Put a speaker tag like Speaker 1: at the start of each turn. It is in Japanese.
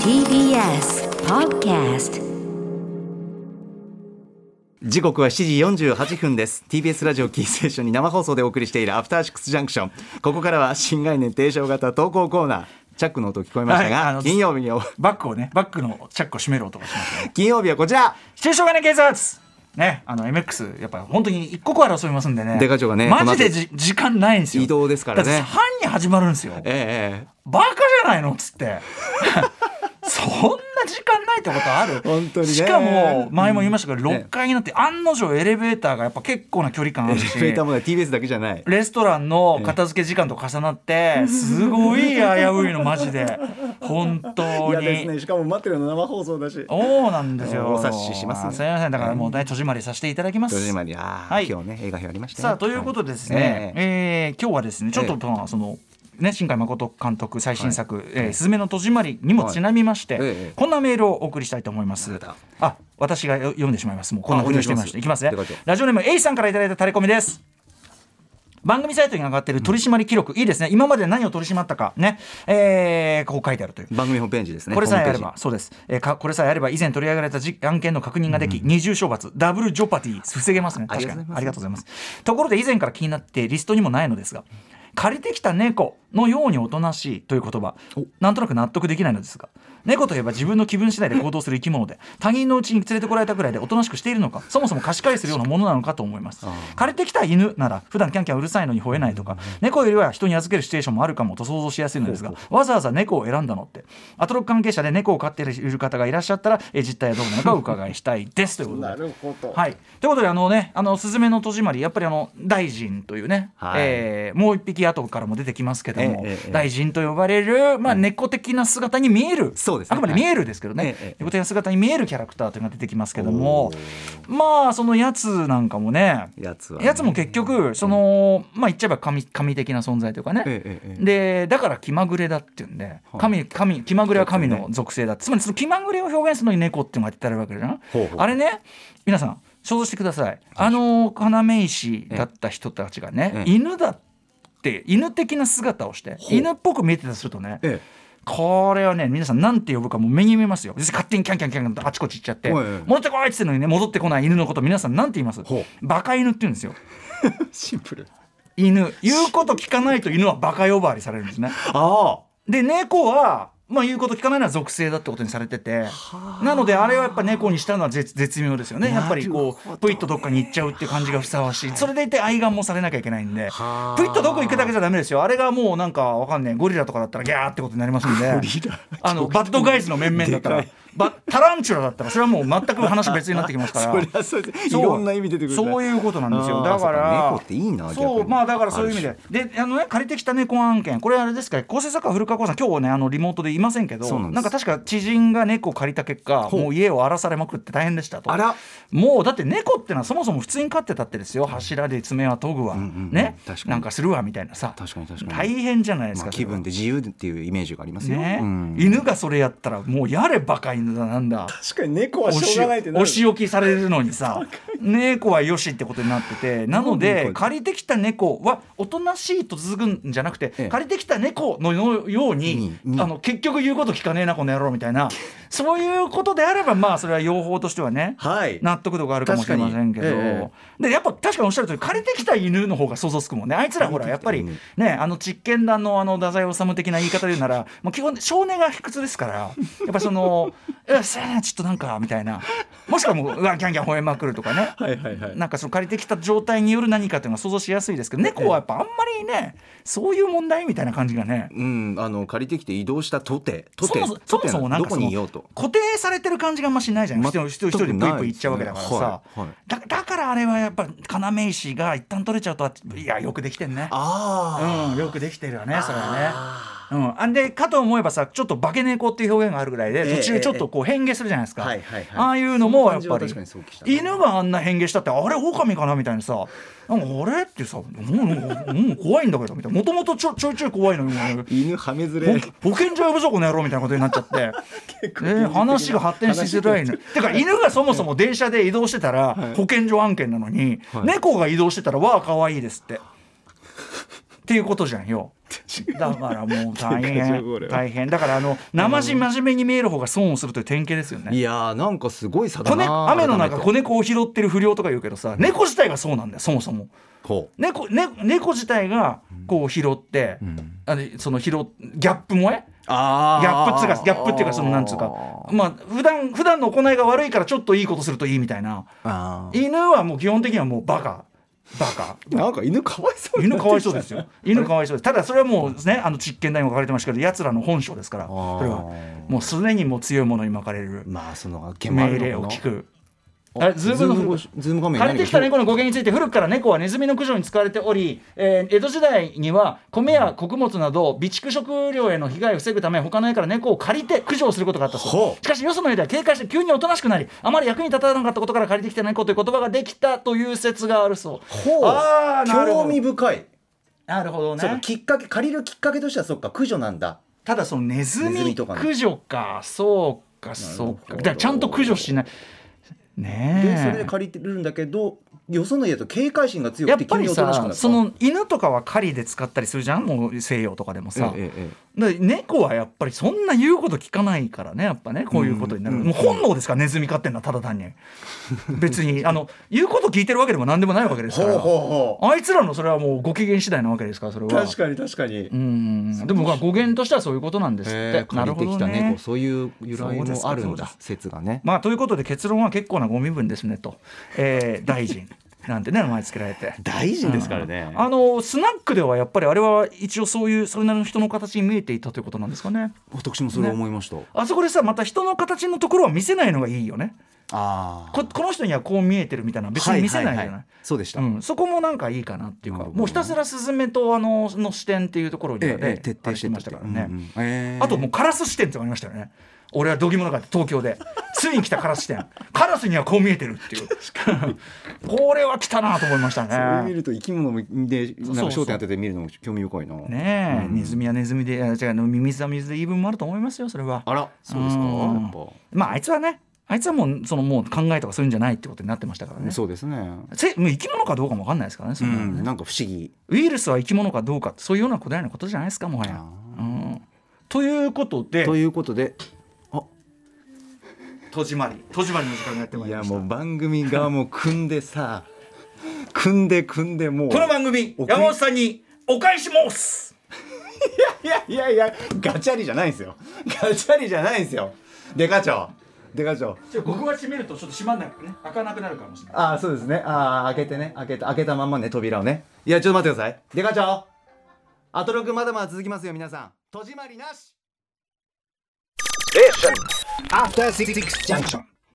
Speaker 1: TBS Podcast
Speaker 2: 時刻は7時48分です TBS ラジオキーステーションに生放送でお送りしているアフターシックスジャンクションここからは新概念提唱型投稿コーナーチャックの音聞こえました
Speaker 3: はいあ
Speaker 2: が
Speaker 3: の
Speaker 2: 金曜日に は
Speaker 3: バッグをね、バッグのチャックを閉める音がしましたね。
Speaker 2: 金曜日はこちら
Speaker 3: 中小金警察ね、あの MX やっぱ本当に一刻を争いますんでね
Speaker 2: 出課長がね
Speaker 3: マジでじ時間ないんですよ
Speaker 2: 移動ですからね
Speaker 3: だって3に始まるんですよ
Speaker 2: ええ
Speaker 3: バカじゃないのっつって そんな時間ないってことある
Speaker 2: 本当にね
Speaker 3: しかも前も言いましたけど、
Speaker 2: うん
Speaker 3: 6階になって案の定エレベーターがやっぱ結構な距離感あるし
Speaker 2: エレベーターもない TBS だけじゃない
Speaker 3: レストランの片付け時間と重なってすごい危ういのマジで本当に
Speaker 2: ねしかも待ってるの生放送だし
Speaker 3: そうなんですよ。
Speaker 2: お察ししますね
Speaker 3: あすみません、だからもうね、戸締まりさせていただきます。
Speaker 2: 戸締まりあー、
Speaker 3: はい
Speaker 2: 今日ね映画表ありましたね
Speaker 3: さあ、ということでですね、
Speaker 2: ええ
Speaker 3: えー今日はですね、ちょっと、まあその。ね、新海誠監督最新作「えーすずめの戸締まり」にもちなみまして、
Speaker 2: はいええ
Speaker 3: こんなメールをお送りしたいと思います
Speaker 2: なんだ。
Speaker 3: あ私がよ読んでしまいます。もうこんな
Speaker 2: あ
Speaker 3: ふうにしてまし
Speaker 2: お
Speaker 3: た。
Speaker 2: 願いし
Speaker 3: いき
Speaker 2: ま
Speaker 3: ますすね
Speaker 2: 了解。
Speaker 3: ラジオネーム A さんからいただいたタレコミです。番組サイトに上がっている取締記録、いいですね今まで何を取り締まったかね、えーこう書いてあるという
Speaker 2: 番組ホームページですね
Speaker 3: これさえあれ
Speaker 2: ホーム
Speaker 3: ば、そうです、えーかこれさえあれば、以前取り上げられたじ案件の確認ができ、二重処罰、ダブルジョパティ、防げますね、
Speaker 2: あ
Speaker 3: 確かに。
Speaker 2: あ
Speaker 3: あ
Speaker 2: り
Speaker 3: り
Speaker 2: が
Speaker 3: が
Speaker 2: とうござ
Speaker 3: とうござ
Speaker 2: い
Speaker 3: い
Speaker 2: ま
Speaker 3: ます。ところで、以前から気になって、リストにもないのですが、借りてきた猫のようにおとなしいという言葉
Speaker 2: お、
Speaker 3: なんとなく納得できないのですが、猫といえば自分の気分次第で行動する生き 物で、他人のうちに連れてこられたくらいでおとなしくしているのか、そもそも貸し借りするようなものなのかと思います
Speaker 2: あ。
Speaker 3: 借りてきた犬なら、普段キャンキャンうるさいのに吠えないとか、猫よりは人に預けるシチュエーションもあるかもと想像しやすいのですが、わざわざ猫を選んだのってアトロック関係者で猫を飼っている方がいらっしゃったら、えー実態はどうなのかお伺いしたいですということで。
Speaker 2: るほど
Speaker 3: はい、ということであのね「あのスズメの戸締まり」やっぱりあの大臣というね、
Speaker 2: はい
Speaker 3: えーもう一匹後からも出てきますけども、
Speaker 2: ええええ
Speaker 3: 大臣と呼ばれる、まあ、猫的な姿に見える、
Speaker 2: そうですね
Speaker 3: あくまで見えるですけどね、
Speaker 2: はいええええ
Speaker 3: 猫的な姿に見えるキャラクターというのが出てきますけどもまあそのやつなんかもね
Speaker 2: やつはね
Speaker 3: やつも結局その、まあ言っちゃえば神神的な存在というかね、
Speaker 2: ええええ
Speaker 3: でだから気まぐれだっていうんで神神気まぐれは神の属性だってつまりその気まぐれを表現するのに猫っていうのが言ってあるわけじゃん
Speaker 2: ほうほう
Speaker 3: あれね皆さん想像してくださいあの要石だった人たちが
Speaker 2: え
Speaker 3: ね
Speaker 2: え
Speaker 3: 犬だって犬的な姿をして
Speaker 2: う
Speaker 3: 犬っぽく見えてたとするとね
Speaker 2: え
Speaker 3: これはね皆さん何て呼ぶかもう目に見えますよ別に勝手にキャンキャンキャンキャンとあちこち行っちゃって
Speaker 2: おいおい
Speaker 3: 戻ってこいっつってんのにね戻ってこない犬のこと皆さん何て言います
Speaker 2: ほ
Speaker 3: バカ犬って言うんですよ
Speaker 2: えシンプル
Speaker 3: 犬言うこと聞かないと犬はバカ呼ばわりされるんですね
Speaker 2: あ
Speaker 3: で猫は、まあ、言うこと聞かないのは属性だってことにされててなのであれはやっぱ猫にしたのは絶絶妙ですよねやっぱりこうプイッとどっかに行っちゃうっていう感じがふさわしいそれでいて愛玩もされなきゃいけないんで
Speaker 2: はあ
Speaker 3: プイッとどこ行くだけじゃダメですよあれがもうなんかわかんないゴリラとかだったらギャーってことになりますんであのバッドガイズの面々だったらバタランチュラだったらそれはもう全く話別になってきますか
Speaker 2: あ
Speaker 3: ら。
Speaker 2: そりゃそうですい
Speaker 3: そう
Speaker 2: ろんな意味出てくるね
Speaker 3: そういうことなんです
Speaker 2: あー
Speaker 3: よだ
Speaker 2: そ
Speaker 3: から
Speaker 2: うか猫っていいな逆
Speaker 3: そ
Speaker 2: に
Speaker 3: うまあだからそういう意味でであのね借りてきた猫案件これあれですか構成作家古川光さん今日ねあのリモートでいませんけ
Speaker 2: そう
Speaker 3: ど
Speaker 2: なんです
Speaker 3: なんか確か知人が猫を借りた結果
Speaker 2: う
Speaker 3: もう家を荒らされまくって大変でしたと
Speaker 2: あら
Speaker 3: もうだって猫ってのはそもそも普通に飼ってたってですよ柱で爪は研ぐわ、
Speaker 2: んうん
Speaker 3: ね
Speaker 2: 確かに
Speaker 3: なんかするわみたいなさ
Speaker 2: 確かに確かに
Speaker 3: 大変じゃないです
Speaker 2: ま
Speaker 3: か、
Speaker 2: あ、気分で自由っていうイメージがありますよ、
Speaker 3: ね、
Speaker 2: うん
Speaker 3: 犬がそれやったらもうやれバカ犬だなんだ
Speaker 4: 確かに猫は
Speaker 3: お
Speaker 4: しょうがないってな
Speaker 3: お
Speaker 4: る
Speaker 3: 仕置きされるのにさ猫はよしってことになっててなの
Speaker 2: なん
Speaker 3: で
Speaker 2: で
Speaker 3: 借りてきた猫はおとなしいと続くんじゃなくて、
Speaker 2: ええ
Speaker 3: 借りてきた猫のように、
Speaker 2: うんうん
Speaker 3: あの結局言うこと聞かねえなこの野郎みたいなそういうことであればまあそれは用法としてはね
Speaker 2: はい
Speaker 3: 納得度があるかもしれませんけど、
Speaker 2: 確かにえ
Speaker 3: でやっぱ確かにおっしゃる通り借りてきた犬の方が想像つくもんねあいつらほらやっぱり
Speaker 2: 借りて
Speaker 3: ねあの実験団のあの太宰治的な言い方で言うならもう基本少年が卑屈ですからやっぱ その「うっせーちょっとなんか」みたいなもしくはもううわギャンギャン吠えまくるとかね
Speaker 2: はいはいはい
Speaker 3: なんかその借りてきた状態による何かっていうのは想像しやすいですけど猫はやっぱあんまりねそういう問題みたいな感じがね
Speaker 2: うん、あの借りてきて移動したとて、と
Speaker 3: そ
Speaker 2: て、
Speaker 3: もそもそもそもなん
Speaker 2: ど
Speaker 3: か
Speaker 2: こ
Speaker 3: そ
Speaker 2: に
Speaker 3: の
Speaker 2: いようと。
Speaker 3: 固定されてる感じがあんましないじゃん一人一人一人で
Speaker 2: 全
Speaker 3: プ
Speaker 2: く
Speaker 3: イ
Speaker 2: ない
Speaker 3: プイ
Speaker 2: です
Speaker 3: 行っ
Speaker 2: ね
Speaker 3: ちゃうわけだからさ
Speaker 2: はいはい
Speaker 3: だだからあれはやっぱ要石が一旦取れちゃうといやよくできてんね
Speaker 2: あ
Speaker 3: うん、よくできてるよねそれはね。うん、あんでかと思えばさちょっと化け猫っていう表現があるぐらいで
Speaker 2: え
Speaker 3: 途中ちょっとこう変化するじゃないですか、
Speaker 2: はいはいはい
Speaker 3: ああいうのもやっ
Speaker 2: その感
Speaker 3: ぱり
Speaker 2: じは確かにそうでしたね
Speaker 3: 犬があんな変化したってあれ狼かなみたいなさなんかあれってさもうもう怖いんだけどみたいなもともとちょちょいちょい怖いのにもう
Speaker 2: あ、犬はめず
Speaker 3: 保
Speaker 2: れ。
Speaker 3: 保健所呼ぶぞこの野郎みたいなことになっちゃって えー話が発展しづらいねてか犬がそもそも電車で移動してたら保健所案件なのに、
Speaker 2: はい
Speaker 3: 猫が移動してたら「わあ可愛いです」って。っていうことじゃんよだからもう大
Speaker 2: 大丈夫これは
Speaker 3: 変大変だからあの生じ真面目に見える方が損をするという典型ですよね
Speaker 2: いやーなんかすごい差だ
Speaker 3: 子
Speaker 2: な
Speaker 3: ね
Speaker 2: ー
Speaker 3: 雨の
Speaker 2: 改め
Speaker 3: 中
Speaker 2: て
Speaker 3: 子猫を拾ってる不良とか言うけどさ猫自体がそうなんだよそもそも
Speaker 2: ほう
Speaker 3: 猫,、ね、猫自体がこう拾って、
Speaker 2: ん
Speaker 3: あのその拾っギャップ萌え
Speaker 2: あー
Speaker 3: ギャップっつうかギャップっていうかそのなんつうかまあ普段普段の行いが悪いからちょっといいことするといいみたいな
Speaker 2: あー
Speaker 3: 犬はもう基本的にはもうバカバカ
Speaker 2: なんか犬かわいそうにな
Speaker 3: 犬
Speaker 2: ってきた
Speaker 3: かわいそうです よ犬かわいそうですただそれはもうねあの実験台にも書かれてましたけど奴らの本性ですから
Speaker 2: ー
Speaker 3: それはもうすでにもう強いものに巻かれる
Speaker 2: まあそのゲ
Speaker 3: 命令を聞くあれズームの
Speaker 2: ム越しズーム画面
Speaker 3: 枯れてきた
Speaker 2: 何
Speaker 3: 猫の語源について古くから猫はネズミの駆除に使われており、えー江戸時代には米や穀物など備蓄食料への被害を防ぐため他の家から猫を借りて駆除をすることがあったそう
Speaker 2: ほう
Speaker 3: しかしよその家では警戒して急におとなしくなりあまり役に立たなかったことから借りてきた猫という言葉ができたという説があるそ
Speaker 2: が
Speaker 3: う
Speaker 2: ほう
Speaker 3: あーなるほど
Speaker 2: 興味深い
Speaker 3: なるほど
Speaker 2: そうか
Speaker 3: ね
Speaker 2: きっかけ借りるきっかけとしてはそっか駆除なんだ
Speaker 3: ただそのネズ
Speaker 2: ネズ
Speaker 3: ミ
Speaker 2: ミとかね
Speaker 3: 駆除かそうかそうかだからちゃんと駆除しない
Speaker 2: でそ
Speaker 3: ね
Speaker 2: れで
Speaker 3: え
Speaker 2: 借りてるんだけどよその家だと警戒心が強
Speaker 3: や
Speaker 2: く
Speaker 3: ってぱ
Speaker 2: 急
Speaker 3: り
Speaker 2: におとなしくなっ
Speaker 3: さ
Speaker 2: た
Speaker 3: その犬とかは狩りで使ったりするじゃんもう西洋とかでもさ、
Speaker 2: ええええ
Speaker 3: だから猫はやっぱりそんな言うこと聞かないからねやっぱねこういうことになる、
Speaker 2: うん
Speaker 3: もう本能ですからネズミ飼ってんだただ 単に別にあの言うこと聞いてるわけでも何でもないわけですから
Speaker 2: ほうほうほ
Speaker 3: あいつらのそれはもうご機嫌次第なわけですからそれ
Speaker 2: う
Speaker 3: は
Speaker 2: 確かに確かに
Speaker 3: うんでもまあ語源としてはそういうことなんですってなるほどね
Speaker 2: そういう由
Speaker 3: 来もあるんだ
Speaker 2: 説がね
Speaker 3: まあということで結論は結構なご身分ですねと、えー大臣 なんてね名前つけられて。
Speaker 2: 大臣ですからね
Speaker 3: あのスナックではやっぱりあれは一応そういうそれなりの人の形に見えていたということなんですかね。
Speaker 2: 私もそれ思いました
Speaker 3: あそこでさまた人の形のところは見せないのがいいよね
Speaker 2: あ
Speaker 3: ここの人にはこう見えてるみたいなの別に見せないじゃない,、
Speaker 2: そうでした
Speaker 3: うん、そこもなんかいいかなっていうか、
Speaker 2: なるほどね
Speaker 3: もうひたすらスズメとあのの視点っていうところにはね、あれましたからね、あともうカラス視点ってのがありましたよね俺はどぎもなかった東京 でついに来たカラス視点カラスにはこう見えてるっていうこれは来たなと思いました
Speaker 2: それ見
Speaker 3: ね。
Speaker 2: ると生き物でなんか
Speaker 3: そうそう
Speaker 2: 焦点当てて見るのも興味深いな
Speaker 3: ねえ、
Speaker 2: うん
Speaker 3: ネズミはネズミであ違うミミズはミミズで言い分もあると思いますよそれは。
Speaker 2: あらそうですか
Speaker 3: うん
Speaker 2: やっぱ
Speaker 3: まああいつはねあいつはもうそのもう考えとかそういうんじゃないってことになってましたからね。
Speaker 2: そうですね
Speaker 3: せもう生き物かどうかも分かんないですからねそ
Speaker 2: うん
Speaker 3: なのね
Speaker 2: んなんか不思議
Speaker 3: ウイルスは生き物かどうかってそういうような答えのことじゃないですかもはや。
Speaker 2: あ
Speaker 3: うんということで
Speaker 2: ということで
Speaker 3: 戸締まり戸締まりの時間がやってま
Speaker 2: い
Speaker 3: いりま
Speaker 2: や
Speaker 3: した
Speaker 2: もう番組側も組んでさ組んで組んでもう
Speaker 3: この番組
Speaker 2: 送り
Speaker 3: 山本さんにお返し申す
Speaker 2: いやいやいやガチャリじゃないんですよガチャリじゃないんですよデカ長デカ長
Speaker 3: ちょ僕が閉めるとちょっと閉まんなくね開かなくなるかもしれない
Speaker 2: ああそうですねああ開けてね開けた開けたまんまね扉をねいやちょっと待ってくださいデカ長アトロクまだまだ続きますよ皆さん戸締まりなし
Speaker 4: After Six Junction.